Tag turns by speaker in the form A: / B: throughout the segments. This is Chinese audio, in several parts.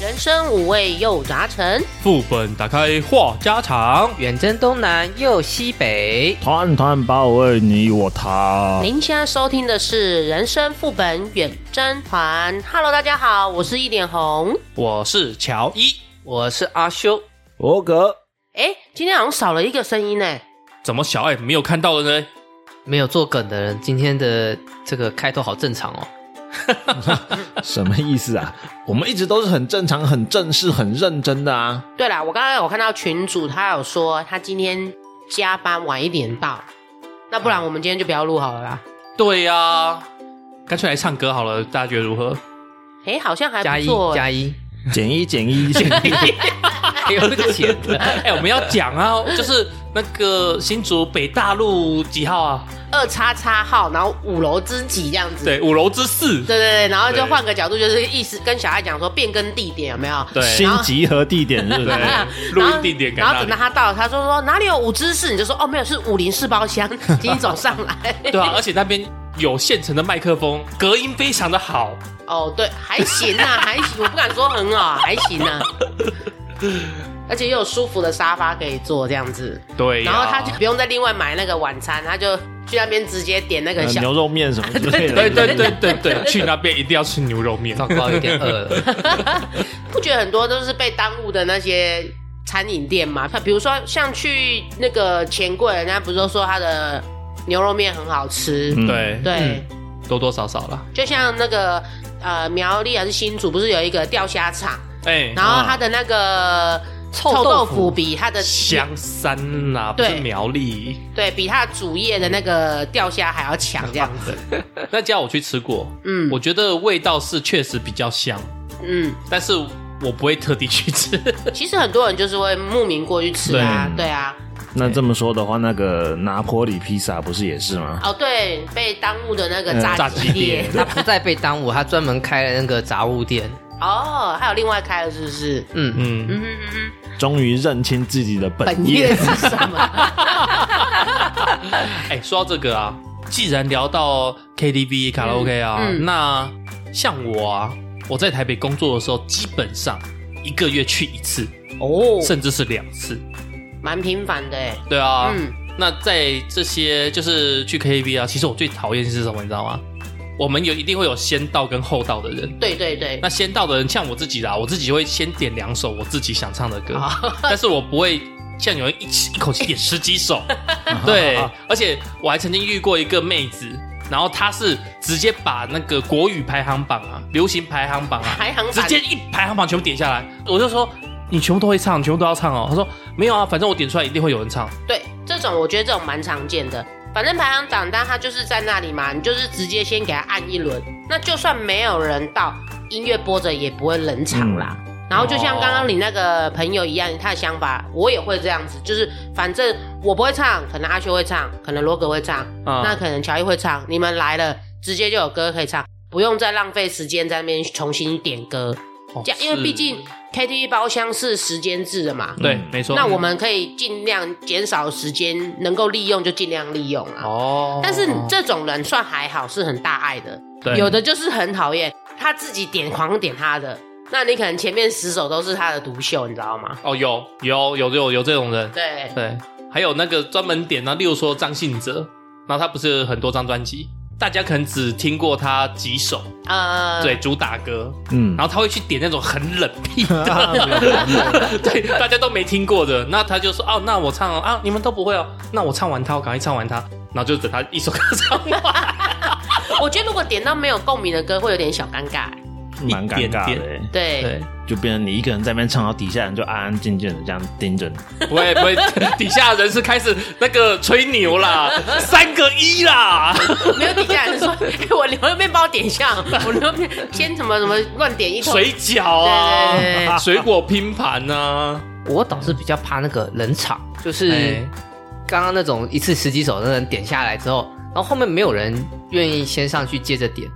A: 人生五味又杂陈，
B: 副本打开话家常，
C: 远征东南又西北，
D: 团团包围你我他。
A: 您现在收听的是《人生副本远征团》。Hello，大家好，我是一点红。
B: 我是乔伊。
C: 我是阿修。
D: 伯格，
A: 哎，今天好像少了一个声音呢。
B: 怎么小爱没有看到了呢？
C: 没有做梗的人，今天的这个开头好正常哦。
D: 什么意思啊？ 我们一直都是很正常、很正式、很认真的啊。
A: 对啦，我刚刚有看到群主他有说他今天加班晚一点到，那不然我们今天就不要录好了啦。
B: 对呀、干脆来唱歌好了，大家觉得如何？
A: 哎，好像还
C: 加
A: 不
C: 一
A: 错。
C: 加一，
D: 减一减一减 一，
C: 还有那个钱的，
B: 哎、我们要讲啊，就是那个新竹北大路几号啊？
A: 二叉叉号，然后五楼之几这样子。
B: 对，五楼之四。
A: 对对对，然后就
B: 对
A: 换个角度，就是意思跟小孩讲说变更地点有没有？
B: 对
D: 新集合地点是 不呃
B: 对，
D: 是？
B: 录音地点给
A: 然后然后
B: 大
A: 等到
B: 家。
A: 他到了，他说说哪里有五芝士，你就说哦没有，是五零四包 厢，请你走上来。
B: 对啊，而且那边有现成的麦克风，隔音非常的好。
A: 哦，对，还行 啊，还行，我不敢说很好，还行啊。而且又有舒服的沙发可以坐这样子，
B: 对呀、
A: 然后他就不用再另外买那个晚餐，他就去那边直接点那个
D: 呃
A: 小
D: 牛肉面什么之类的。
B: 对对对对对，去那边一定要吃牛肉面。
C: 糟糕，有点饿了。
A: 不觉得很多都是被耽误的那些餐饮店吗？比如说像去那个钱柜，人家不是都说他的牛肉面很好吃？
D: 嗯
B: 对，
A: 对，
B: 多多少少啦。
A: 就像那个呃苗栗还是新竹，不是有一个钓虾场，
B: 哎、
A: 然后它的那个臭
C: 豆腐
A: 豆腐比它的
B: 香山呐、不
A: 对
B: 是苗栗。
A: 对比它主业的那个钓虾还要强，这样子。
B: 那家我去吃过，
A: 嗯
B: 我觉得味道是确实比较香，
A: 嗯，
B: 但是我不会特地去吃。
A: 其实很多人就是会慕名过去吃啊，对啊，
D: 那这么说的话，那个拿坡里披萨不是也是
B: 啊
D: 吗？
A: 哦对，被耽误的那个
D: 嗯
A: 炸
B: 炸
A: 鸡
B: 鸡
A: 店
B: 店
C: 他不再被耽误，他专门开了那个杂物店。
A: 哦，还有另外开了是不是？
C: 嗯，
B: 嗯，
A: 嗯哼嗯哼。
D: 终于认清自己的
A: 本
D: 本
A: 业
D: 业。
A: 是什么？
B: 哎、说到这个啊，既然聊到 KTV 卡拉 OK 啊，
A: 嗯嗯
B: 那像我啊，我在台北工作的时候，基本上一个月去一次，
A: 哦，
B: 甚至是两次。
A: 蛮频繁的哎。
B: 对啊，
A: 嗯，
B: 那在这些就是去 KTV 啊，其实我最讨厌是什么，你知道吗？我们有一定会有先到跟后到的人。
A: 对对对
B: 那。先到的人，像我自己啦，我自己会先点两首我自己想唱的歌，
A: 啊
B: 但是我不会像有人一起一口气点十 几首。对，而且我还曾经遇过一个妹子，然后她是直接把那个国语排行榜啊、流行排行榜啊，
A: 排行榜
B: 直接一排行榜全部点下来，我就说。你全部都会唱，你全部都要唱哦。她说没有啊，反正我点出来一定会有人唱。
A: 对这种，我觉得这种蛮常见的。反正排行榜单它就是在那里嘛，你就是直接先给它按一轮，那就算没有人到，音乐播着也不会冷场啦。
B: 嗯
A: 然后就像刚刚你那个朋友一样，他的想法我也会这样子，就是反正我不会唱，可能阿修会唱，可能罗格会唱，
B: 啊
A: 那可能乔伊会唱，你们来了直接就有歌可以唱，不用再浪费时间在那边重新点歌，
B: 哦
A: 这样因为
B: 是
A: 毕竟 KTV 包厢是时间制的嘛，
B: 对
D: 嗯，
B: 没错。
A: 那我们可以尽量减少时间，能够利用就尽量利用啊。
B: 哦，
A: 但是你这种人算还好，是很大爱的。
B: 对
A: 有的就是很讨厌，他自己点狂点他的，那你可能前面十首都是他的独秀，你知道吗？
B: 哦有有有有有这种人，
A: 对，
B: 对，还有那个专门点啊呢，例如说张信哲，然后他不是很多张专辑，大家可能只听过他几首，
A: 呃，
B: 对，主打歌，
D: 嗯
B: 然后他会去点那种很冷僻 的，对，大家都没听过的，那他就说哦，那我唱哦啊，你们都不会哦，那我唱完他，我赶快唱完他，然后就等他一首歌唱完，
A: 我觉得如果点到没有共鸣的歌，会有点小尴尬。
D: 蛮尴尬
B: 一
D: 的、
B: 点
D: 欸，
A: 对，
B: 对，
D: 就变成你一个人在那边唱，然后底下人就安安静静的这样盯着你。
B: 不会不会，底下人是开始那个吹牛啦，三个一啦，
A: 没有底下 人说，哎、我牛肉面帮我点一下，我牛肉面先什么什么乱点一通。
B: 水饺啊
A: 对对对对，
B: 水果拼盘啊，
C: 我倒是比较怕那个冷场，就是
B: 哎
C: 刚刚那种一次十几首的人点下来之后，然后后面没有人愿意先上去接着点，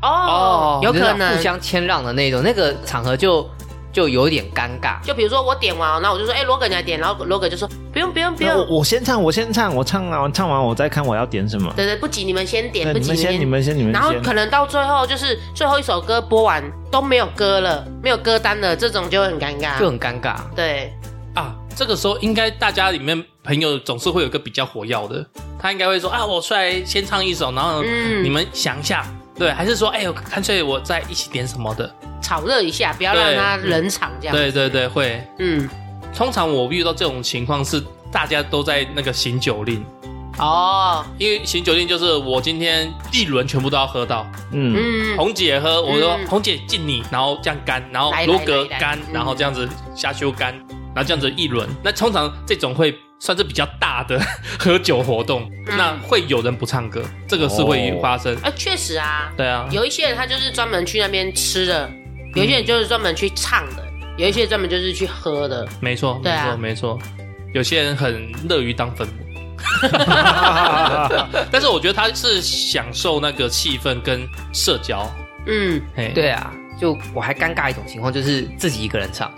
A: 哦
B: 哦，
A: 有
C: 就是
A: 可能
C: 互相谦让的那种，那个场合就就有点尴尬。
A: 就比如说我点完，然后我就说，哎、罗哥你来点，然后罗哥就说不用不用不
D: 那
A: 用，
D: 我我先唱，我先唱，我唱完唱完我再看我要点什么。
A: 对对，不急，你们先点，
D: 对
A: 不
D: 你
A: 急
D: 们先，你们先，你们
A: 然后可
D: 先。
A: 能到最后就是最后一首歌播完都没有歌了，没有歌单了，这种就会很尴尬。
C: 就很尴尬。
A: 对，
B: 啊，这个时候应该大家里面朋友总是会有一个比较火药的，他应该会说啊，我出来先唱一首，然后
A: 嗯
B: 你们想一下，对，还是说哎呦，干脆我再一起点什么的，
A: 炒热一下，不要让它冷场这样。
B: 对对对，会。
A: 嗯，
B: 通常我遇到这种情况是大家都在那个醒酒令，
A: 哦，
B: 因为醒酒令就是我今天一轮全部都要喝到，
D: 嗯，
A: 嗯，
B: 红姐喝，我说
A: 嗯
B: 红姐敬你，然后这样干，然后
A: 来来
B: 罗格
A: 来来
B: 干
A: 嗯，
B: 然后这样子下修干，然后这样子一轮。那通常这种会算是比较大的 喝酒活动，
A: 嗯
B: 那会有人不唱歌，这个是会
D: 哦
B: 发生。
A: 啊，确实啊，
B: 对啊，
A: 有一些人他就是专门去那边吃的，有一些人就是专门去唱的，有一些专门就是去喝的。
B: 没错，
A: 对
B: 没
A: 啊
B: 错，没错。有些人很乐于当 分母，但是我觉得他是享受那个气氛跟社交。
A: 嗯，
B: 嘿，，
C: 对啊，就我还尴尬一种情况，就是自己一个人唱，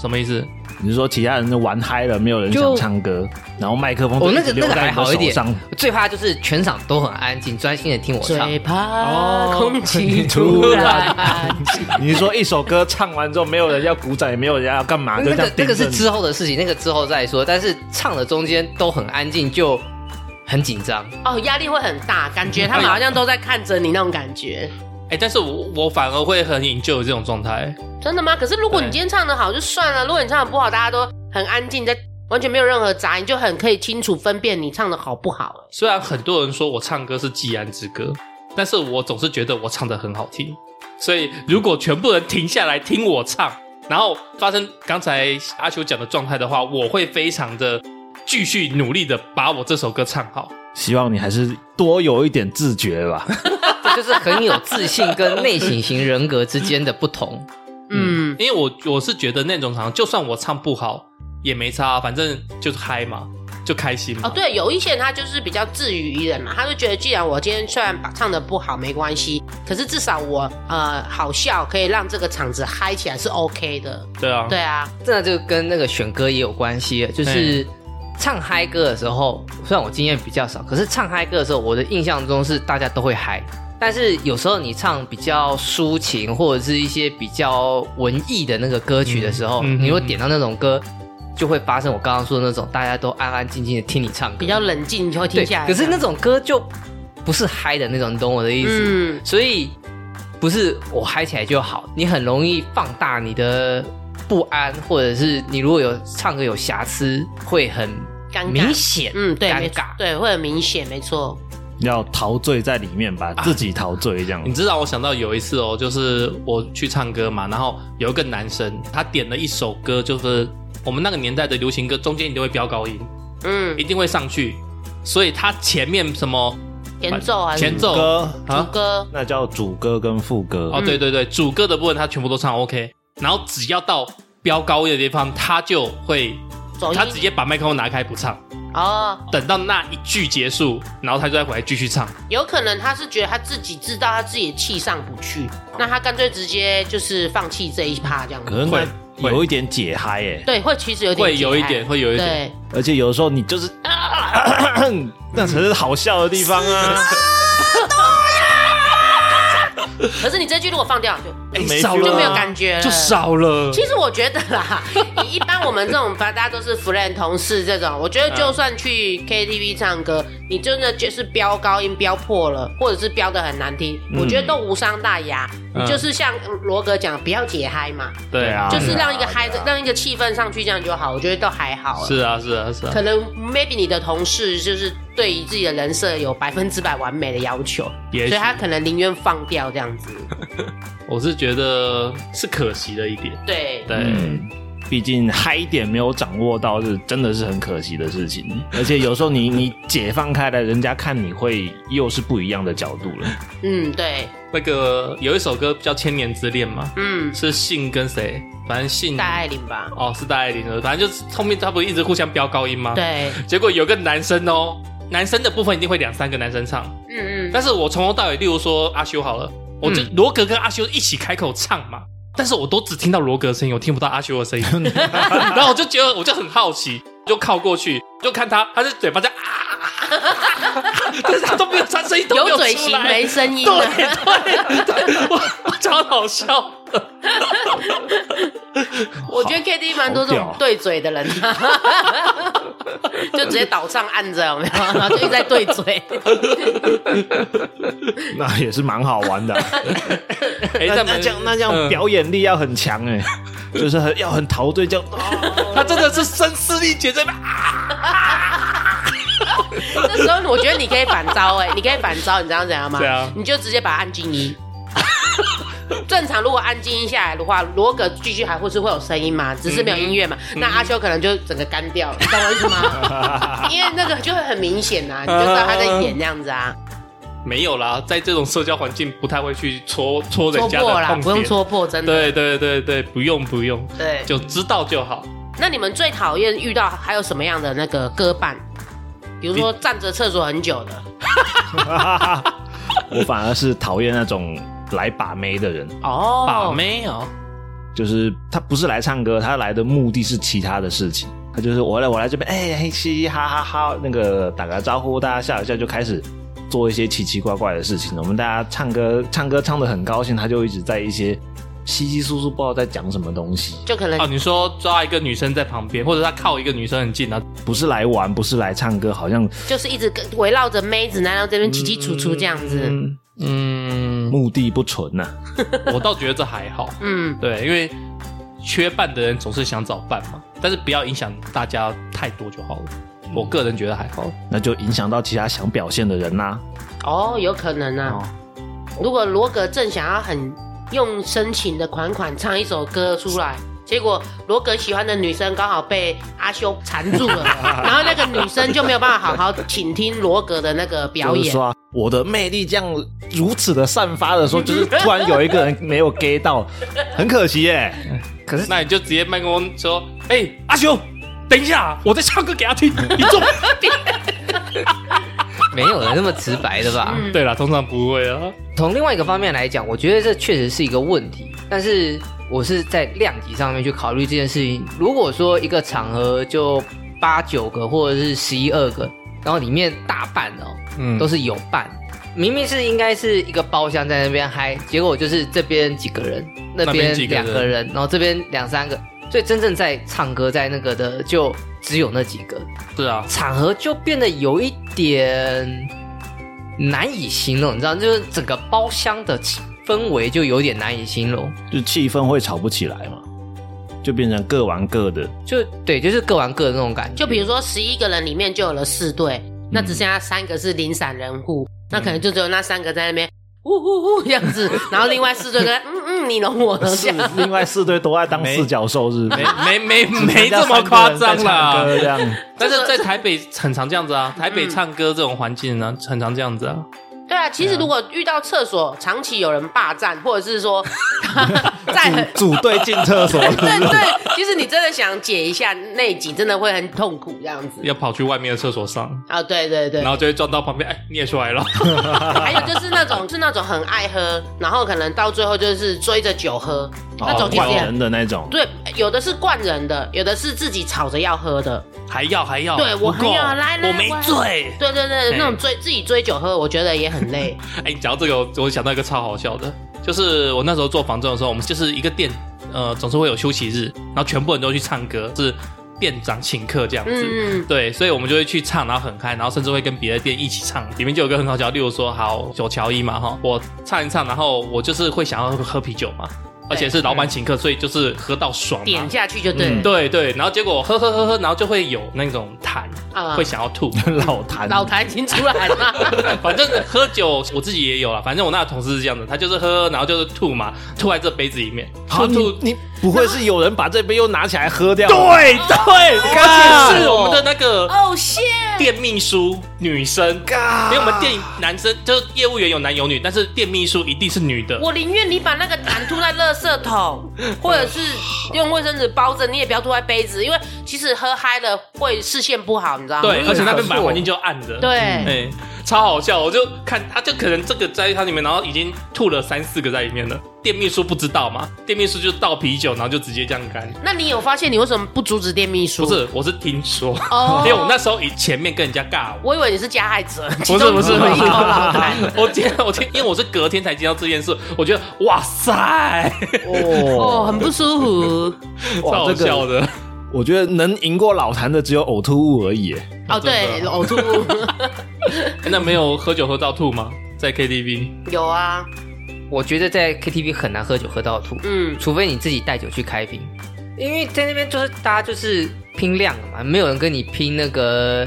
B: 什么意思？
D: 你是说其他人都玩嗨了，没有人想
C: 就
D: 唱歌，然后麦克风
C: 哦那
D: 就一
C: 个
D: 直留
C: 那个
D: 在
C: 还
D: 你的
C: 好一
D: 手
C: 点
D: 上，
C: 最怕就是全场都很安静，专心的听我唱。
A: 最怕
B: 哦
A: 空 气突然安静。
D: 你说一首歌唱完之后，没有人要鼓掌，也没有人要干嘛，
B: 啊
D: 就
C: 那
D: 这样
C: 个
D: 盯
C: 那个
D: 着
C: 是
D: 你
C: 之后的事情，那个之后再说。但是唱的中间都很安静，就很紧张。
A: 哦，压力会很大，感觉他们好像都在看着你那种感觉。
B: 哎、但是我我反而会很 enjoy 这种状态。
A: 真的吗？可是如果你
B: 对
A: 今天唱的好就算了，如果你唱的不好，大家都很安静，在完全没有任何杂音，就很可以清楚分辨你唱的好不好。
B: 虽然很多人说我唱歌是季安之歌，但是我总是觉得我唱的很好听。所以如果全部人停下来听我唱，然后发生刚才阿秋讲的状态的话，我会非常的继续努力的把我这首歌唱好。
D: 希望你还是多有一点自觉吧。
C: 这就是很有自信跟内省型人格之间的不同。
A: 嗯，
B: 因为我我是觉得那种场合，就算我唱不好也没差，啊反正就是嗨嘛，就开心嘛。
A: 哦，对，有一些人他就是比较自娱于人嘛，他就觉得既然我今天虽然把唱的不好没关系，可是至少我呃好笑，可以让这个场子嗨起来是 OK 的。
B: 对啊，
A: 对啊，
C: 真的就跟那个选歌也有关系，就是唱嗨歌的时候，虽然我经验比较少，可是唱嗨歌的时候，我的印象中是大家都会嗨。但是有时候你唱比较抒情或者是一些比较文艺的那个歌曲的时候，
B: 嗯嗯嗯
C: 你如果点到那种歌，就会发生我刚刚说的那种大家都安安静静的听你唱歌，
A: 比较冷静，你就会
C: 对
A: 停下来。
C: 可是那种歌就不是嗨的那种，你懂我的意思？
A: 嗯，
C: 所以不是我嗨起来就好，你很容易放大你的不安，或者是你如果有唱歌有瑕疵，会很
A: 尴尬
C: 明显，
A: 嗯，对，没
C: 尴
A: 错
C: 尬，
A: 对，会很明显，没错。
D: 要陶醉在里面，把自己陶醉这样
B: 你。知道我想到有一次哦，就是我去唱歌嘛，然后有一个男生他点了一首歌，就是我们那个年代的流行歌，中间一定会飙高音，
A: 嗯
B: 一，定会上去，所以他前面什么
A: 前奏啊还是
B: 前奏
D: 歌
B: 啊
A: 主歌？
D: 那叫主歌跟副歌
B: 哦，
A: 嗯
B: 对对对，主歌的部分他全部都唱 OK，然后只要到飙高音的地方，他就会
A: 走音
B: 他直接把麦克风拿开不唱，
A: 哦，
B: 等到那一句结束，然后他就再回来继续唱。
A: 有可能他是觉得他自己知道他自己的气上不去，那他干脆直接就是放弃这一趴这样
D: 可
A: 子。
D: 能
B: 会
D: 有一点解嗨耶，
A: 对，会其实有点
B: 会有一
A: 解
B: 点，
A: 嗨
B: 会有一点。
A: 对，
D: 而且有的时候你就是，啊 那才是好笑的地方啊。
A: 可是你这句如果放掉，就
D: 哎
B: 少了
A: 就没有感觉了，
B: 就。少了。
A: 呃其实我觉得 啦，一般我们这种大家都是 friend 同事这种，我觉得就算去 KTV 唱歌，你真的就是飙高音飙破了，或者是飙的很难听，我觉得都无伤大雅。
B: 嗯
A: 你就是像嗯罗格讲，不要解嗨嘛，
B: 对啊，
A: 就是让一个嗨，让一个气氛上去这样就好，我觉得都还好。
B: 是啊，是啊，是啊
A: 可。能 maybe 你的同事就是对于自己的人设有百分之百完美的要求，
B: 也
A: 所
B: 许
A: 以他可能宁愿放掉这样 子。
B: 我是觉得是可惜的一点。
A: 对，
B: 对，
D: 嗯，毕竟嗨点没有掌握到是真的是很可惜的事情，而且有时候你你解放开来，人家看你会又是不一样的角度了。
A: 嗯，对，
B: 那个有一首歌叫《千年之恋》嘛，
A: 嗯，
B: 是信跟谁？反正信
A: 戴爱玲吧，
B: 哦，是戴爱玲的。反正就是后面他不是一直互相飙高音吗？。
A: 对，
B: 结果有个男生哦，男生的部分一定会两三个男生唱，
A: 嗯嗯，
D: 嗯
B: 但是我从头到尾，例如说阿修好了，我就罗格跟阿修一起开口唱嘛，但是我都只听到罗格的声音，我听不到阿修的声音， 然后我就觉得我就很好奇，就靠过去就看他，他是嘴巴在啊， 但是他都没有，他声音都没
A: 有
B: 出来
A: 嘴型没声音啊，
B: 对对对，我我 超好 笑的。
A: 我觉得 KTV 蛮多这种
D: 好屌
A: 对嘴的人， 就直接倒上按着，有没有？ 然后就一直在对嘴。
D: 那也是蛮好玩的啊、
B: 哎、但嗯
D: 那那
B: 蛮
D: 这样那这样表演力要很强哎、就是很要很陶醉，就、
B: 嗯他真的是声嘶力竭在那边啊
A: 那时候我觉得你可以反招哎、你可以反招，你知道怎样吗？
B: 对啊
A: 你就直接把它按静音。 正常如果按静音下来的话，罗格继续还会是会有声音嘛，只是没有音乐嘛。那阿修可能就整个干掉了，你懂我意思 吗？因为那个就会很明显呐、啊，你就知道他在演这样子啊，
B: 没有啦，在这种社交环境不太会去戳戳人
A: 戳
B: 家的痛
A: 破啦，
B: 点
A: 不用。戳破，真的。
B: 对对对对，不用不用，
A: 对，
B: 就知道就好。
A: 那你们最讨厌遇到还有什么样的那个歌伴？比如说站着厕所很久的
D: 我反而是讨厌那种来把妹的人，
A: 哦，
B: 把妹哦，
D: 就是他不是来唱歌，他来的目的是其他的事情。他就是我来我来这边，哎、嘿嘻嘻哈哈哈，那个打个招呼，大家笑一笑，就开始做一些奇奇怪怪的事情。我们大家唱歌， 唱歌唱的很高兴，他就一直在一些稀稀疏疏，不知道在讲什么东西。
A: 就可能
B: 哦，你说抓一个女生在旁边，或者他靠一个女生很近，啊然后
D: 不是来玩，不是来唱歌，好像
A: 就是一直跟围绕着妹子，然后这边起起楚楚这样子。
D: 嗯
B: 嗯，
D: 目的不纯啊呐、
B: 我倒觉得这还好，
A: 嗯，
B: 对，因为缺伴的人总是想找伴嘛，但是不要影响大家太多就好了。我个人觉得还好，
D: 那就影响到其他想表现的人啊啦、
A: 哦，有可能啊。如果罗格正想要很用深情的款款唱一首歌出来，结果罗格喜欢的女生刚好被阿修缠住 了，然后那个女生就没有办法好好倾听罗格的那个表
D: 就是
A: 演。
D: 说啊我的魅力这样如此的散发的 时候，就是突然有一个人没有 get 到，很可惜耶、
C: 可是
B: 那你就直接麦克风说：“哎、阿修，等一下，我在唱歌给他听，你做。
C: 没有人那么直白的
A: 嗯
C: 吧？”
B: 对啦，通常不会啊。
C: 从另外一个方面来讲，我觉得这确实是一个问题，但是我是在量级上面去考虑这件事情。如果说一个场合就八九个或者是十一二个，然后里面大半哦，
B: 嗯
C: 都是有伴，明明是应该是一个包厢在那边嗨，结果就是这边几个人，那
B: 那边
C: 边
B: 几个
C: 两
B: 人
C: 个人，然后这边两三个，所以真正在唱歌在那个的就只有那几个，
B: 是啊，
C: 场合就变得有一点难以形容，你知道，就是整个包厢的气氛围就有点难以形容，
D: 就气氛会吵不起来嘛，就变成各玩各 的。
C: 就对，就是各玩各的那种感觉。
A: 就比如说十一个人里面就有了四对，
D: 嗯
A: 那只剩下三个是零散人户，那可能就只有那三个在那边。呜呜呜，这样 子，然后另外四对跟嗯嗯，你懂我的这
D: 是
A: 样，
D: 另外四队都爱当
B: 没
D: 四角兽是不是？
B: 没没没没这么夸张啦。
D: 这样
B: 但是在台北很常这样子啊，台北唱歌这种环境呢、很常这样子啊。
A: 对啊，其实如果遇到厕所长期有人霸占，或者是说他在很
D: 组队进 厕所是不
A: 对
D: 是？
A: 对，其实你真的想解一下内景，真的会很痛苦这样子。
B: 要跑去外面的厕所上，
A: 啊，对对对
B: 然，后就会撞到旁边，哎，你也出来了，
A: 还有就是那种是那种很爱喝，然后可能到最后就是追着酒喝，那种
D: 哦
A: 其实
D: 换
A: 也
D: 人的那种，
A: 对，有的是灌人的，有的是自己吵着要喝的。
B: 还要还要，啊
A: 对我
B: 不够
A: 还要来来
B: 我没醉。
A: 对对对，
B: 哎
A: 那种追自己追酒喝，我觉得也很累。
B: 哎，讲到这个，我我想到一个超好笑的，就是我那时候做房仲的时候，我们就是一个店，呃，总是会有休息日，然后全部人都去唱歌，是店长请客这样子。
A: 嗯，
B: 对，所以我们就会去唱，然后很嗨，然后甚至会跟别的店一起唱。里面就有一个很好笑，例如说，好九乔伊嘛哈，我唱一唱，然后我就是会想要喝啤酒嘛，而且是老板请客，所以就是喝到爽嘛
A: 嗯点。下去就对
D: 嗯
A: 了。
B: 对对，然后结果喝喝喝喝，然后就会有那种痰，
A: 啊
B: 会想要吐。
D: 老谭
A: 老谭已经出来了，
B: 反正喝酒我自己也有啦，反正我那个同事是这样的，他就是喝，然后就是吐嘛，吐在这杯子里面，
D: 好
B: 吐
D: 你
B: 吐。
D: 你不会是有人把这杯又拿起来喝掉？
B: 对对，哦而且是我们的那个
A: 哦，谢。
B: 店秘书女生，因
D: 嘎
B: 为我们店男生就是业务员有男有女，但是店秘书一定是女的。
A: 我宁愿你把那个痰吐在垃圾 桶，或者是用卫生纸包着，你也不要吐在杯子，因为其实喝嗨了会视线不好，你知道吗？
B: 对，而且那边
C: 没
B: 本来
C: 错
B: 环境就暗的。
A: 对
B: 哎，超好笑。我就看他，就可能这个在他里面，然后已经吐了三四个在里面了。店秘书不知道嘛？店秘书就倒啤酒，然后就直接这样干。
A: 那你有发现你为什么不阻止店秘书？
B: 不，是，我是听说，
A: 哦
B: 因为我那时候以前面跟人家尬我。
A: 我以为你是加害者，
B: 不是不是，
A: 其中一个
B: 我今天我今天因为我是隔天才接到这件事，我觉得哇塞，
A: 哦，
D: 哦，
A: 很不舒服。
B: 超好笑的。
D: 我觉得能赢过老谭的只有呕吐物而已。
A: 哦，对，呕 吐
B: 哎那没有喝酒喝到吐吗？在 KTV
A: 有啊，
C: 我觉得在 KTV 很难喝酒喝到吐，
A: 嗯，
C: 除非你自己带酒去开瓶，因为在那边就是大家就是拼量的嘛，没有人跟你拼那个，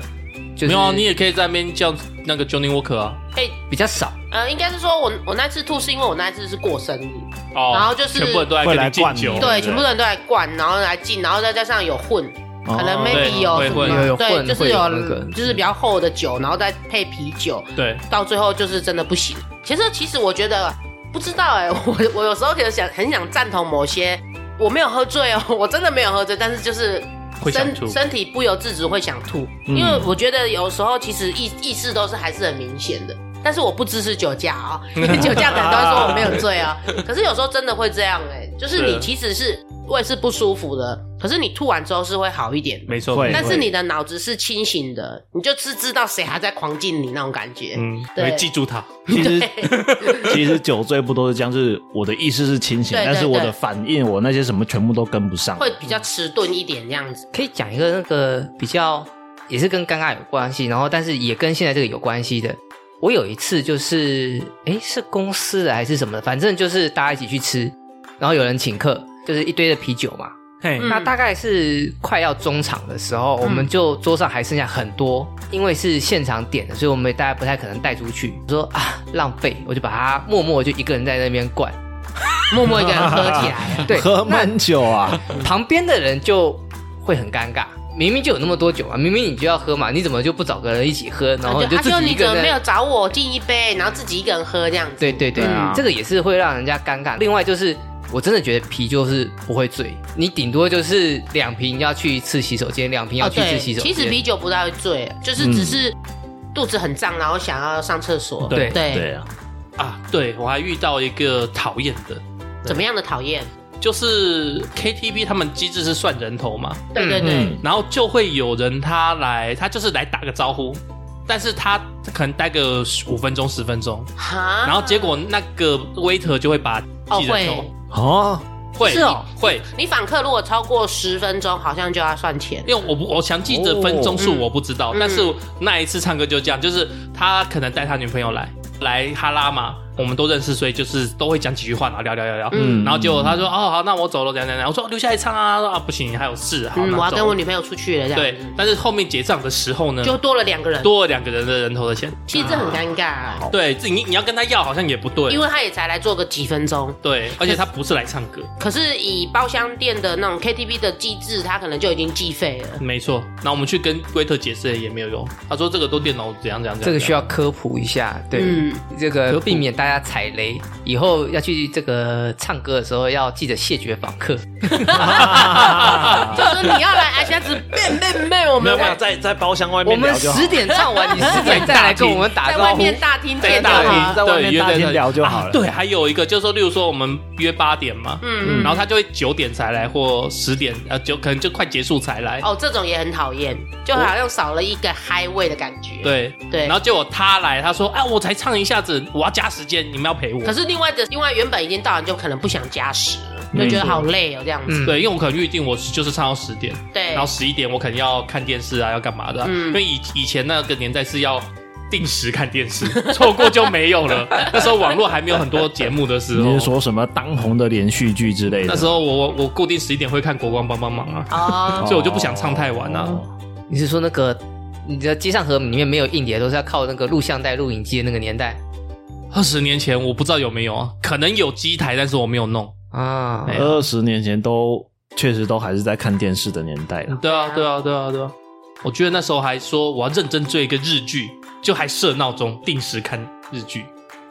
C: 就是
B: 没有啊？你也可以在那边叫那个 Johnny Walker 啊。
A: 哎、
C: 比较少，
A: 呃，应该是说我我那次吐是因为我那次是过生日，
B: 哦
A: 然后就是
B: 全部人都在
D: 会
B: 跟
D: 来
B: 你敬
D: 灌你
B: 酒，
A: 对，
D: 对
A: 全部人都来灌，然后来进，然后再加上有混，可能 maybe 有
B: 会
A: 什
B: 会
A: 么
C: 有
A: 对，
C: 混
A: 就是
C: 会有
A: 有
C: 那个
A: 就是比较厚的酒，然后再配啤酒，
B: 对，
A: 到最后就是真的不行。其实其实我觉得不知道哎、 我我有时候可能想很想赞同某些，我没有喝醉哦， 我真的没有喝醉，但是就是
B: 会想
A: 身
B: 吐嗯
A: 身体不由自主会想吐，因为我觉得有时候其实意意识都是还是很明显的。但是我不支持酒驾 啊、因为酒驾可能都会说我没有醉啊。可是有时候真的会这样哎、就是你
B: 是
A: 其实是胃是不舒服的，可是你吐完之后是会好一点的。
B: 没错。
D: 会
A: 但是你的脑子是清醒的，你就是知道谁还在狂敬你那种感觉。
B: 嗯，
A: 对
B: 会记住他。
D: 其实其实酒醉不都是这样？就是我的意识是清醒，
A: 对对
D: 但是我的
A: 对
D: 反应，我那些什么全部都跟不上。
A: 会比较迟钝一点这样子。
C: 可以讲一个那个比较也是跟尴尬有关系，然后但是也跟现在这个有关系的。我有一次就是，诶，是公司的还是什么的，反正就是大家一起去吃，然后有人请客，就是一堆的啤酒嘛。
B: 嘿
A: 嗯
C: 那大概是快要中场的时
D: 嗯
C: 候，我们就桌上还剩下很多，因为是现场点的，所以我们大家不太可能带出去。我说啊，浪费，我就把它默默地就一个人在那边 灌。，
A: 默默一个人喝起来
C: 对，
D: 喝闷酒啊，
C: 旁边的人就会很尴尬。明明就有那么多酒啊，明明你就要喝嘛，你怎么就不找个人一起喝，然后你就
A: 啊
C: 自
A: 就
C: 己
A: 你
C: 一个
A: 怎么没有
C: 人？
A: 找我敬一杯，然后自己一个人喝这样子？
C: 对对对，
D: 对啊
C: 这个也是会让人家尴尬。另外就是，我真的觉得啤酒是不会醉，你顶多就是两瓶要去一次洗手间，两瓶要
A: 哦
C: 去一
A: 对，
C: 次洗手间。
A: 其实啤酒不太会醉，就是只是肚子很胀，然后想要上厕所。
C: 嗯对
D: 对啊，
B: 啊，对我还遇到一个讨厌的，
A: 怎么样的讨厌？
B: 就是 KTV 他们机制是算人头嘛，
A: 对对对，
D: 嗯
B: 然后就会有人他来，他就是来打个招呼，但是他可能待个五分钟十分钟，
C: 嗯
A: 哈
B: 然后结果那个 waiter 就会把
A: 啊哦
B: 记人头，
D: 哦，
B: 会
A: 是哦
B: 会，
A: 你访客如果超过十分钟，好像就要算钱。
B: 因为我不我详记的分钟数
A: 哦
B: 我不知道，
A: 嗯
B: 但是那一次唱歌就这样，就是他可能带他女朋友来来哈拉嘛，我们都认识，所以就是都会讲几句话，然后聊聊聊聊。
A: 嗯
B: 然后结果他说：“哦，好，那我走了，怎样怎样。”我说：“留下来唱啊！”啊，不行，还有事，好，
A: 嗯，
B: 那
A: 我要
B: 走
A: 跟我女朋友出去了，这
B: 对
A: 样子，
B: 但是后面结账的时候呢，
A: 就多了两个人，
B: 多了两个人的人头的钱。
A: 其实这很尴尬，啊
B: 对，自己你你要跟他要，好像也不对，
A: 因为他也才来做个几分钟。
B: 对，而且他不是来唱歌，
A: 可是以包厢店的那种 KTV 的机制，他可能就已经计费了。
B: 没错。然后我们去跟龟特解释也没有用，他说这个都电脑怎样怎样怎样。
C: 这个需
B: 要
C: 要科普一下，对，
A: 嗯
C: 这
B: 科
C: 个
B: 普
C: 避免大家踩雷，以后要去这个唱歌的时候要记得谢绝访客。
D: 哎
A: 就是你要 来啊挨下子变变变，我
D: 没
A: 们
D: 有办
A: 在
D: 法在在包厢外
C: 我
D: 面
C: 们
D: 聊就好
C: 十。点唱完，你十点再来跟我们打
A: 在
C: 招
A: 外
C: 呼。
A: 面大厅啊
B: 在
A: 见到
B: 大厅，
A: 他。
D: 啊在外面
B: 对约
D: 大厅聊就好了
B: 啊对，还有一个就是说，例如说我们约八点嘛，
A: 嗯
B: 然后他就会九点才来，或十点呃九可能就快结束才来。
A: 哦，这种也很讨厌，就好像少了一个嗨味的感觉。
B: 对，
A: 对
B: 然后结果他来，他说：“啊，我才唱一下子，我要加时间，你们要陪我。”
A: 可是另外的，另外原本已经到，你就可能不想加时，就觉得好累哦，这样子。
C: 嗯
B: 对，因为我可能预定我就是唱到十点，
A: 对
B: 然后十一点我可能要看电视啊，要干嘛的啊、
A: 嗯
B: 因为以以前那个年代是要定时看电视，错过就没有了。那时候网络还没有很多节目的时
D: 你
B: 候
D: 是，说什么当红的连续剧之类的？
B: 那时候我我我固定十一点会看《国光帮帮忙》啊，
A: 哦，
B: 所 以我就不想唱太晚啊
D: 哦
C: 你是说那个你的街上和里面没有硬碟，都是要靠那个录像带、录影机的那个年代
B: 二十年前我不知道有没有啊，可能有机台，但是我没有弄。
C: 啊？
B: 哎
D: 二十年前都确实都还是在看电视的年代了。
B: 对啊，对啊，对啊，对啊。我觉得那时候还说我要认真追一个日剧，就还设闹钟定时看日剧。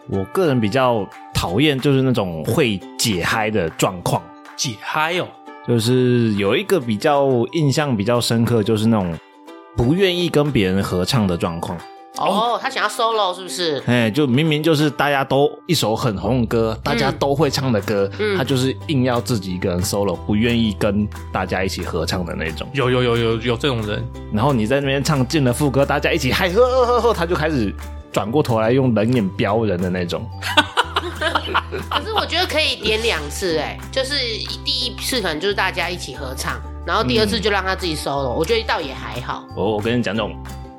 D: 我个人比较讨厌就是那种会解嗨的状况，
B: 解嗨哦，
D: 就是有一个比较印象比较深刻，就是那种不愿意跟别人合唱的状况。
A: 哦，他想要 solo 是不是？
D: 哎，就明明就是大家都一首很红的歌，大家都会唱的歌，
A: 嗯
D: 他就是硬要自己一个人 solo，不愿意跟大家一起合唱的那种。
B: 有有有有有这种人，
D: 然后你在那边唱进了副歌，大家一起嗨呵呵呵呵，他就开始转过头来用冷眼飙人的那种。
A: 可是我觉得可以点两次、哎， 就是第一次可能就是大家一起合唱，然后第二次
B: 嗯
A: 就让他自己 solo，、我觉得倒也还好。
D: 哦我我跟你讲，这种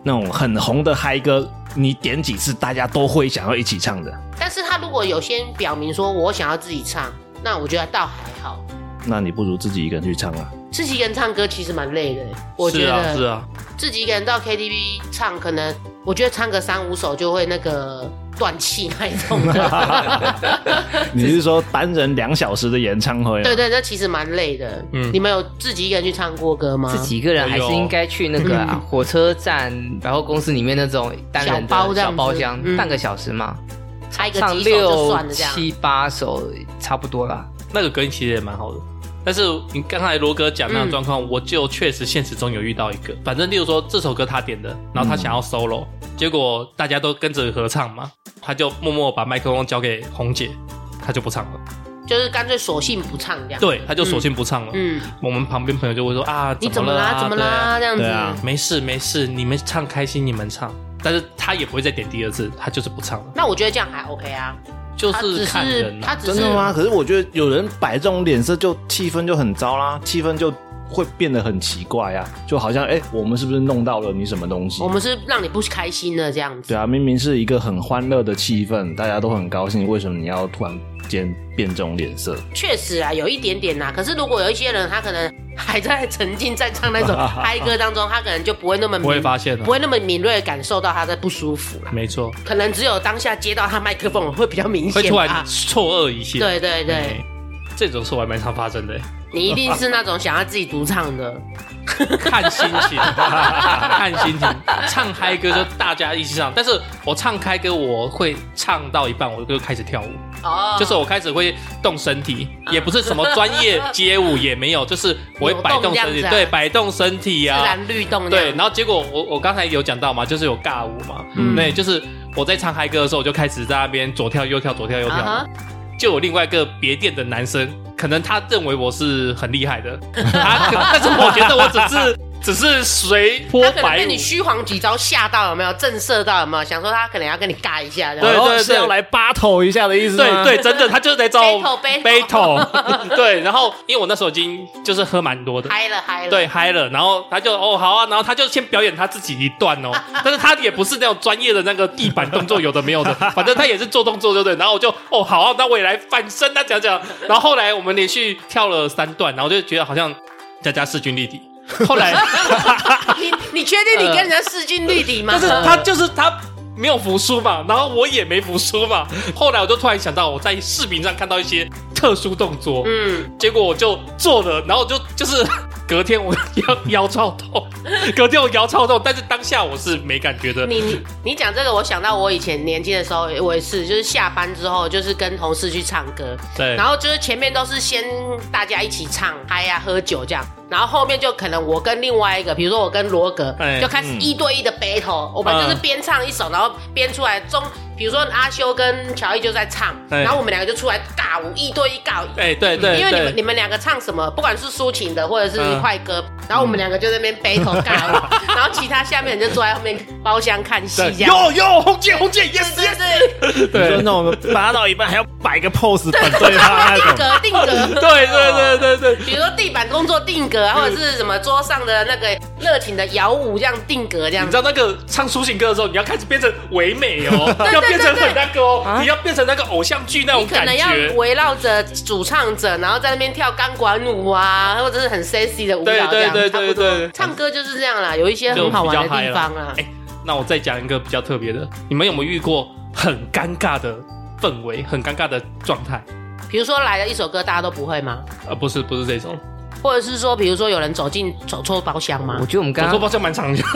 D: 那种很红的嗨歌，你点几次大家都会想要一起唱的。
A: 但是他如果有先表明说我想要自己唱，那我觉得倒还好。
D: 那你不如自己一个人去唱 啊。
A: 自己一个人唱歌其实蛮累的、哎我觉
B: 是
A: 得、
B: 啊是啊，
A: 自己一个人到 KTV 唱，可能我觉得唱个三五首就会那个断气那一种 的。
D: 你是说单人两小时的演唱会、啊？
A: 对对，那其实蛮累的。
B: 嗯
A: 你们有自己一个人去唱过歌吗？
C: 自己一个人还是应该去那个啊、火车站、百货公司里面那种单人的
A: 小包这样
C: 小
A: 子
C: 包厢，
A: 嗯
C: 半个小时嘛，
A: 嗨个
C: 唱
A: 几首就
C: 六
A: 算了这样。
C: 七八首差不多啦。
B: 那个歌其实也蛮好的。但是你刚才罗哥讲那
A: 嗯
B: 种状况，我就确实现实中有遇到一个，反正例如说这首歌他点的，然后他想要 solo，、结
A: 嗯
B: 果大家都跟着合唱嘛，他就默默把麦克风交给红姐，他就不唱了，
A: 嗯就是干脆索性不唱这样。，
B: 对，他就索性不唱了。
A: 嗯，
B: 我们旁边朋友就会说啊，
A: 你怎么
B: 么
A: 啦？怎么
B: 对啊
A: 啦？这样子
D: 对。啊
B: 没事没事，你们唱开心，你们唱。但是他也不会再点第二次，他就是不唱了，
A: 那我觉得这样还 OK 啊，
B: 就
A: 他只
B: 是看
A: 是
B: 人
A: 他
B: 啊。
A: 只
D: 真
A: 是
D: 的吗？可是我觉得有人摆这种脸色，就气氛就很糟啦，气氛就会变得很奇怪啊，就好像哎、我们是不是弄到了你什么东西
A: 我？们是让你不开心的这样子。
D: 对啊，明明是一个很欢乐的气氛，大家都很高兴，为什么你要突然间变这种脸色？
A: 确实啊，有一点点啦。可是如果有一些人，他可能还在沉浸在唱那 种嗨歌当中，他可能就不会那么敏
B: 不会发现啊的
A: 不会那么敏锐地感受到他在不舒服啦。
B: 没错，
A: 可能只有当下接到他麦克风会比较明显吧。啊
B: 会突然错愕一些。
A: 对对对，
B: 哎，这种事我还蛮常发生的，
A: 你一定是那种想要自己独唱的，
B: 看心情， 看心情。唱嗨歌就大家一起唱，但是我唱嗨歌我会唱到一半我就开始跳舞，
A: 哦，嗯
B: 就是我开始会动身体，也不是什么专业街舞也没有，就是我会摆动
A: 扭
B: 身
A: 动这样
B: 体，
A: 子啊
B: 对，摆动身体
A: 自
B: 啊，
A: 然律动这
B: 对，
A: 样
B: 然后结果我我刚才有讲到嘛，就是有尬舞嘛，
A: 嗯
B: 对，就是我在唱嗨歌的时候，我就开始在那边左跳右跳，左跳右跳。
A: 啊哈
B: 就有另外一个别店的男生，可能他认为我是很厉 害的，他但是我觉得我只是只是随波
A: 他可能
B: 摆
A: 被
B: 舞
A: 你。虚晃几招吓到，有没有震慑到？有没有想说他可能要跟你尬一下？
B: 对
D: 哦
B: 对对
D: 是要来 battle 一下的意思吗
B: 对对，真的，他就是 在找
A: Battle，
B: battle 对，然后因为我那时候已经就是喝蛮多的，
A: 嗨了嗨了，
B: 对，嗨了，然后他就哦好啊，然后他就先表演他自己一段 哦，但是他也不是那种专业的那个地板动作，有的没有 的，反正他也是做动作，对不对？然后我就哦好啊，那我也来反身啊，讲讲。然后后来我们连续跳了三段，然后就觉得好像大家势均力敌。后来，
A: 你你确定你跟人家势均力敌吗？
B: 但是他就是他。没有服输嘛，然后我也没服输嘛。后来我就突然想到，我在视频上看到一些特殊动作，
A: 嗯，
B: 结果我就做了，然后我就就是 隔天我腰腰超痛， 隔天我腰超痛，但是当下我是没感觉的。
A: 你你你讲这个，我想到我以前年轻的时候，我也是，就是下班之后就是跟同事去唱歌，
B: 对，
A: 然后就是前面都是先大家一起唱嗨呀、喝酒这样，然后后面就可能我跟另外一个，比如说我跟罗格，
B: 哎嗯
A: 就开始一对一的 battle，、我们就是边唱一首，然后边出来中，比如说阿修跟乔伊就在唱，
B: 哎
A: 然后我们两个就出来尬舞，一对一尬舞。
B: 哎，对对
A: 因为你们
B: 对，嗯
A: 你们两个唱什么，不管是抒情的或者是快歌，然后我们两个就在那边 battle 尬 舞，然后其他下面人就坐在后面包厢看戏这样。
B: 有有红姐红姐
A: 对
B: ，yes
A: 对
B: yes，
A: 对，
D: 你说
B: 对
D: 那种拔到一半还要摆个 pose 反对他那
A: 定
D: 种，
A: 格定格。
B: 对对对对对，
A: 比如说地板工作定格啊，或者是什么桌上的那个热情的摇舞这样定格这样
B: 你知
A: 子。
B: 道那个唱抒情歌的时候，你要开始变成唯 美哦，要变成很那个哦，你要变成那个偶像剧那
A: 你
B: 种
A: 可
B: 感
A: 能要
B: 觉。
A: 围绕着主唱者，然后在那边跳钢管舞啊，或者是很 sexy 的舞蹈这样，
B: 对对对
A: 差不多
B: 对对
A: 唱歌就是这样啦，有一些很好玩的地方啊。
B: 哎，那我再讲一个比较特别的，你们有没有遇过很尴尬的氛围，很尴尬的状态？
A: 比如说来了一首歌，大家都不会吗？
B: 啊，不是不是这种，
A: 或者是说，比如说有人走进走错包厢吗
C: 我？觉得我们
B: 我
C: 刚
B: 说
C: 刚
B: 包厢蛮长的。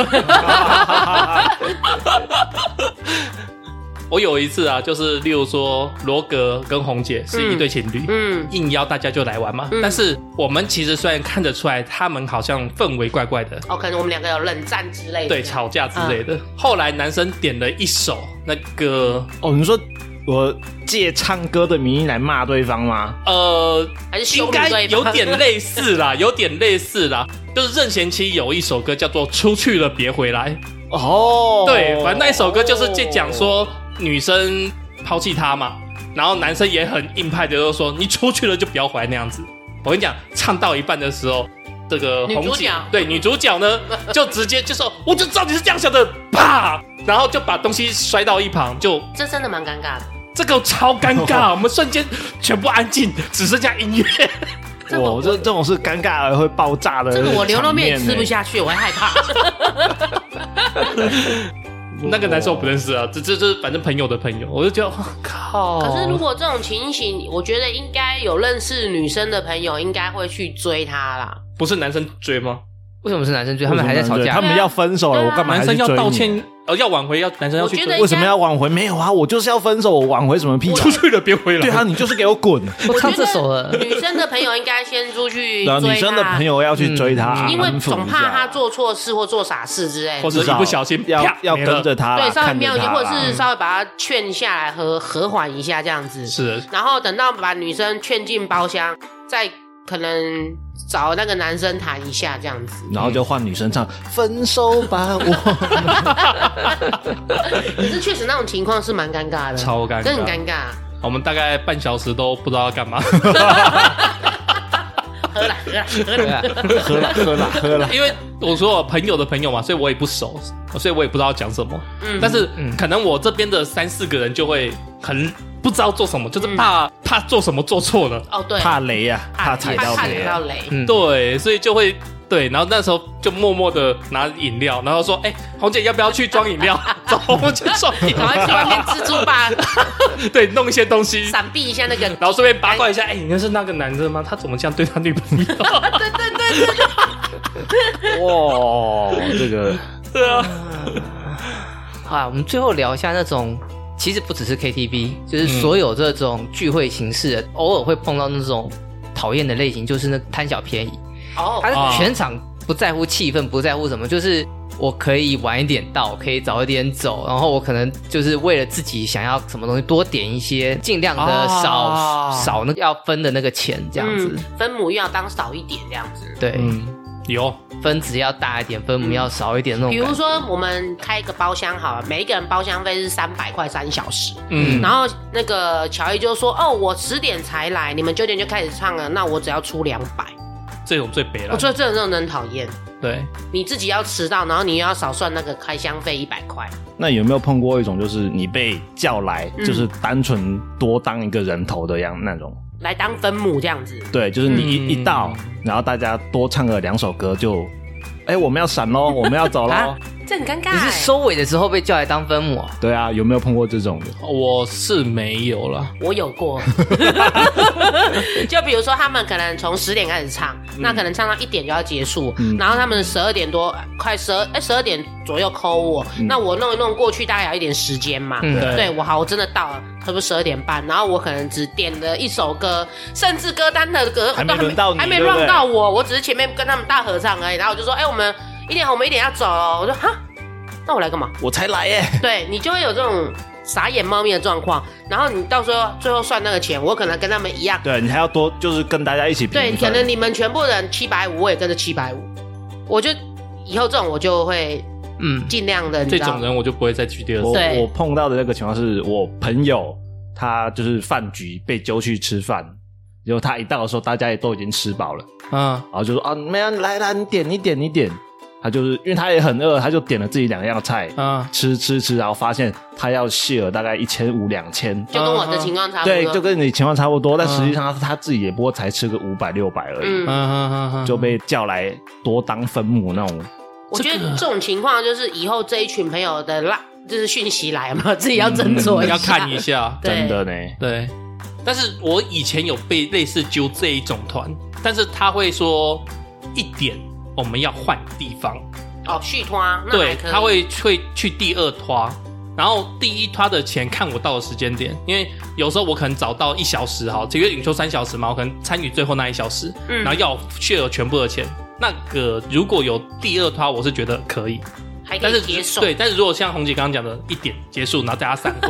B: 我有一次啊，就是例如说罗格跟红姐是一对情侣，
A: 嗯，
B: 应邀大家就来玩嘛。
A: 嗯
B: 但是我们其实虽然看得出来，他们好像氛围怪怪的，
A: 哦，可能我们两个有冷战之类的，
B: 对，吵架之类的。
A: 嗯
B: 后来男生点了一首那个
D: 哦，你说我借唱歌的名义来骂对方吗？
B: 呃，
A: 还是羞辱
B: 应该
A: 对
B: 有
A: 方
B: 点类似啦，有点类似啦。就是任贤齐有一首歌叫做《出去了别回来》，
D: 哦，
B: 对，反正那首歌就是在讲说女生抛弃他嘛，然后男生也很硬派的就说你出去了就不要回来那样子。我跟你讲，唱到一半的时候，这个
A: 女
B: 红
A: 主
B: 姐
A: 角
B: 对女主角呢，就直接就说我就知道你是这样想的，啪，然后就把东西摔到一旁，就
A: 这真的蛮尴尬的。
B: 这个超尴尬，我们瞬间全部安静，只剩下音乐。
A: 这
D: 我
A: 我
D: 哦这这种是尴尬而会爆炸的，
A: 这个我牛肉面也吃不。下去，我会害怕。
B: 那个男生我不认识啊，这这这反正朋友的朋 友，我就觉得哇靠。
A: 可
C: 哦
A: 是如果这种情形，我觉得应该有认识女生的朋友应该会去追她啦。
B: 不是男生追吗？
C: 为什么是男生追？他们还在吵
D: 对他
C: 架。
D: 们要分手
A: 啊
D: 了，我干嘛？
B: 男生要道，歉，呃，要挽回，要男生要去
A: 我
B: 追
A: 觉得。
D: 为什么要挽回？没有啊，我就是要分手，我挽回什么屁？
B: 出去了别回来。
D: 对啊，你就是给 我滚！
C: 我唱这首了，
A: 女生的朋友应该先出去
D: 然啊后女
A: 追
D: 生的朋
A: 她，
D: 友要去追他，嗯
A: 因为总怕她
D: 他
A: 做错事或做傻事之类的
B: 或。者一不小心
D: 要
B: 啪
D: 要
B: 没了
D: 跟着他啦，
A: 对，稍微
D: 看着
A: 瞄一
D: 他
A: 下，
D: 啦
A: 或者是稍微把她劝下来和和缓一下这样子。
B: 是
A: 然后等到把女生劝进包厢，再可能找那个男生谈一下这样子。
D: 嗯然后就换女生唱《
A: 嗯
D: 分手吧》，我
A: 可是确实那种情况是蛮尴尬的，
B: 超尴尬
A: 真的很尴尬。
B: 我们大概半小时都不知道要干嘛，
A: 喝啦喝啦喝
C: 对
A: 啦，
C: 啊，
D: 喝 了喝了喝了，
B: 因为我说我朋友的朋友嘛，所以我也不熟，所以我也不知道讲什么。
A: 嗯
B: 但是可能我这边的三四个人就会很不知道做什么，就是怕怕做什么做错了。
A: 哦对，
D: 怕雷啊，怕踩到
A: 怕
D: 雷
A: 踩
D: 啊
A: 到。雷。
C: 嗯
B: 对，所以就会对，然后那时候就默默的拿饮料，然后说：“哎，红姐要不要去装饮料？” 找红姐装饮
A: 赶 快去外
B: 料，
A: 面蜘蛛吧，
B: 对，弄一些东西，
A: 闪避一下那个。
B: 然后顺便八卦一下，哎、你认识那个男生吗？他怎么这样对他女朋友？
A: 对对对对，
D: 哇，哦这个
B: 对啊，
C: 好啊，我们最后聊一下那种，其实不只是 KTV，就是所有这种聚会形式的，偶尔会碰到那种讨厌的类型，就是那贪小便宜，
A: 哦
C: 他，
B: 哦
C: 是全场不在乎气氛，不在乎什么，就是我可以晚一点到，我可以早一点走，然后我可能就是为了自己想要什么东西多点一些，尽量的少、
B: 哦
C: 少那个要分的那个钱这样子。
A: 嗯分母要当少一点这样子。
C: 对，
B: 嗯有
C: 分值要大一点，分母要少一点那种
A: 比
C: 感觉。
A: 如说，我们开一个包厢好了，每一个人包厢费是三百块三小时。
B: 嗯
A: 然后那个乔伊就说：“哦，我十点才来，你们九点就开始唱了，那我只要出两百。
B: 这种最北”
A: 我
B: 了，
A: 觉得这种真的很讨厌，
B: 对，
A: 你自己要迟到，然后你又要少算那个开箱费一百块。
D: 那有没有碰过一种，就是你被叫来，
A: 嗯
D: 就是单纯多当一个人头的样那种？
A: 来当分母这样子，
D: 对，就是你一、
B: 嗯
D: 一到，然后大家多唱个两首歌就，哎，我们要闪 喽，我们要走喽
C: 啊。
A: 这很尴尬、
C: 你
A: 欸。
C: 是收尾的时候被叫来当分母哦、
D: 对啊，有没有碰过这种的？
B: 我是没有了，
A: 我有 过，就比如说他们可能从十点开始唱，
C: 嗯
A: 那可能唱到一点就要结束，然后他们十二点多快十二哎十二点左右 call 我，那我弄一弄过去大概要一点时间嘛，
C: 嗯
B: 对
A: 对我好我真的到了，差不多十二点半，然后我可能只点了一首歌，甚至歌单的歌
D: 还没轮到你
A: 还没
D: 对不对
A: run 到我，我只是前面跟他们大合唱而已，然后我就说哎、我们一点我们一点要走哦，我说哈，那我来干嘛？
D: 我才来耶！
A: 对你就会有这种傻眼猫咪的状况，然后你到时候最后算那个钱，我可能跟他们一样，
D: 对你还要多，就是跟大家一起平
A: 对，
D: 分
A: 可能你们全部人七百五，我也跟着七百五，我就以后这种我就会
C: 嗯，
A: 尽量的，你
B: 这
A: 知道
B: 种，人我就不会再去第二次。
A: 对
D: 我我碰到的那个情况是我朋友他就是饭局被揪去吃饭，结果他一到的时候，大家也都已经吃饱了，
B: 嗯，
D: 然后就说啊，没有，来来，你点，你点，你点。他就是因为他也很饿，他就点了自己两样菜，
A: 嗯
B: 啊
D: 吃吃吃，然后发现他要 share 大概一千五两千，
A: 就跟我的情况差不多，
D: 哦对，就跟你情况差不多，但
B: 嗯
D: 实际上他他自己也不过才吃个五百六百而已，
A: 嗯，
B: 嗯嗯嗯，
D: 就被叫来多当分母那种。
A: 我觉得这种情况就是以后这一群朋友的拉就是讯息来嘛， 自己要斟酌一下，
B: 嗯要看一下，
A: 啊对
D: 真的呢，
B: 对。但是我以前有被类似揪这一种团，但是他会说一点我们要换地方，
A: 哦，续拖，那还
B: 对
A: 可以，
B: 他会会去第二团，然后第一，他的钱看我到的时间点，因为有时候我可能早到一小时哈，这个羽球三小时嘛，我可能参与最后那一小时，
A: 嗯
B: 然后要血了全部的钱。那个如果有第二趴，我是觉得可以，
A: 还可
B: 但
A: 以
B: 是
A: 接受。
B: 对，但是如果像红姐刚刚讲的，一点结束，然后大家散会，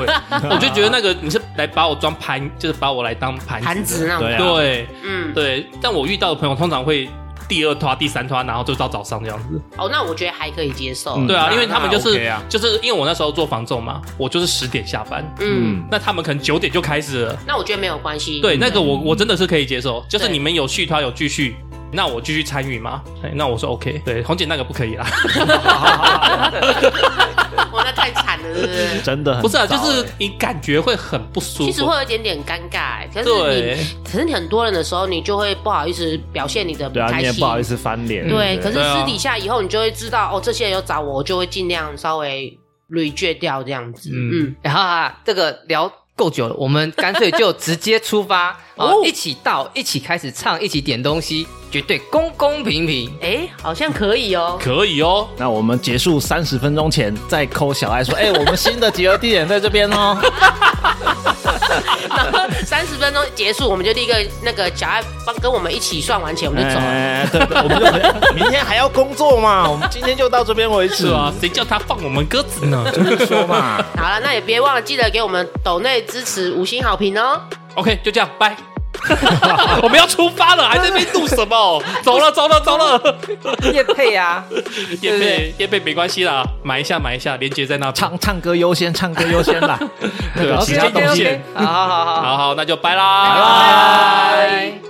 B: 我就觉得那个你是来把我装盘，就是把我来当盘
A: 盘
B: 子
A: 子 那
B: 的。
A: 种，
D: 对啊
B: 对
A: 嗯，
B: 对，但我遇到的朋友通常会第二拖、第三拖，然后就到早上这样子。
A: 哦，那我觉得还可以接受。
D: 嗯
B: 对啊，
D: 那
B: 因为他们就
D: 那
B: 是
D: OK 啊？
B: 就是因为我那时候做房仲嘛，我就是十点下班，
A: 嗯，
B: 那他们可能九点就开始了。
A: 那我觉得没有关系。
B: 对，那个我我真的是可以接受，就是
A: 对
B: 你们有续他有继续，那我继续参与嘛，哎那我说 OK。对，红姐那个不可以啦，
A: 哇，那太惨了，是嗯不 是
D: 真的很
B: 不是啊，就
D: 糟
B: 是
D: 欸
B: 你感觉会很不舒
A: 其实
B: 服
A: 会。有一点点尴尬、欸可是你
B: 对，
A: 可是你很多人的时候，你就会不好意思表现你的不
D: 对啊，
A: 开
D: 你也
A: 心。
D: 不好意思翻脸。
A: 对，
D: 不
A: 可是
B: 对啊
A: 私底下以后，你就会知道哦，这些人有找我，我就会尽量稍微 reject 掉这样子。
B: 嗯
A: 嗯，
C: 然后啊，这个聊够久了，我们干脆就直接出发哦
A: 哦，
C: 一起到，一起开始唱，一起点东西，绝对公公平平。
A: 哎、好像可以哦。
B: 可以哦。
D: 那我们结束三十分钟前再扣小爱说，哎、我们新的集合地点在这边哦。
A: 然后 三十分钟结束，我们就立刻那个小爱帮跟我们一起算完钱，我们就走了。
D: 哎对，对我们 就明天还要工作嘛，我们今天就到这边为
B: 是
D: 止
B: 啊，，谁叫他放我们鸽子呢？
D: 说嘛。
A: 好了，那也别忘了记得给我们抖内支持五星好评哦。
B: OK，就这样，拜。 我们要出发了，还在那边录什么？走了，走了，走了。
C: 叶配啊，
B: 叶
C: 对不对
B: 贝，叶贝没关系啦，买一下，买一下，连接在那边。
D: 唱唱歌优先，唱歌优先 啦。
B: 对
D: 有
B: 啊，
D: 其他
C: OK，OK，OK
D: 东西
C: 好好好好，
B: 好好，那就拜啦，
C: 拜。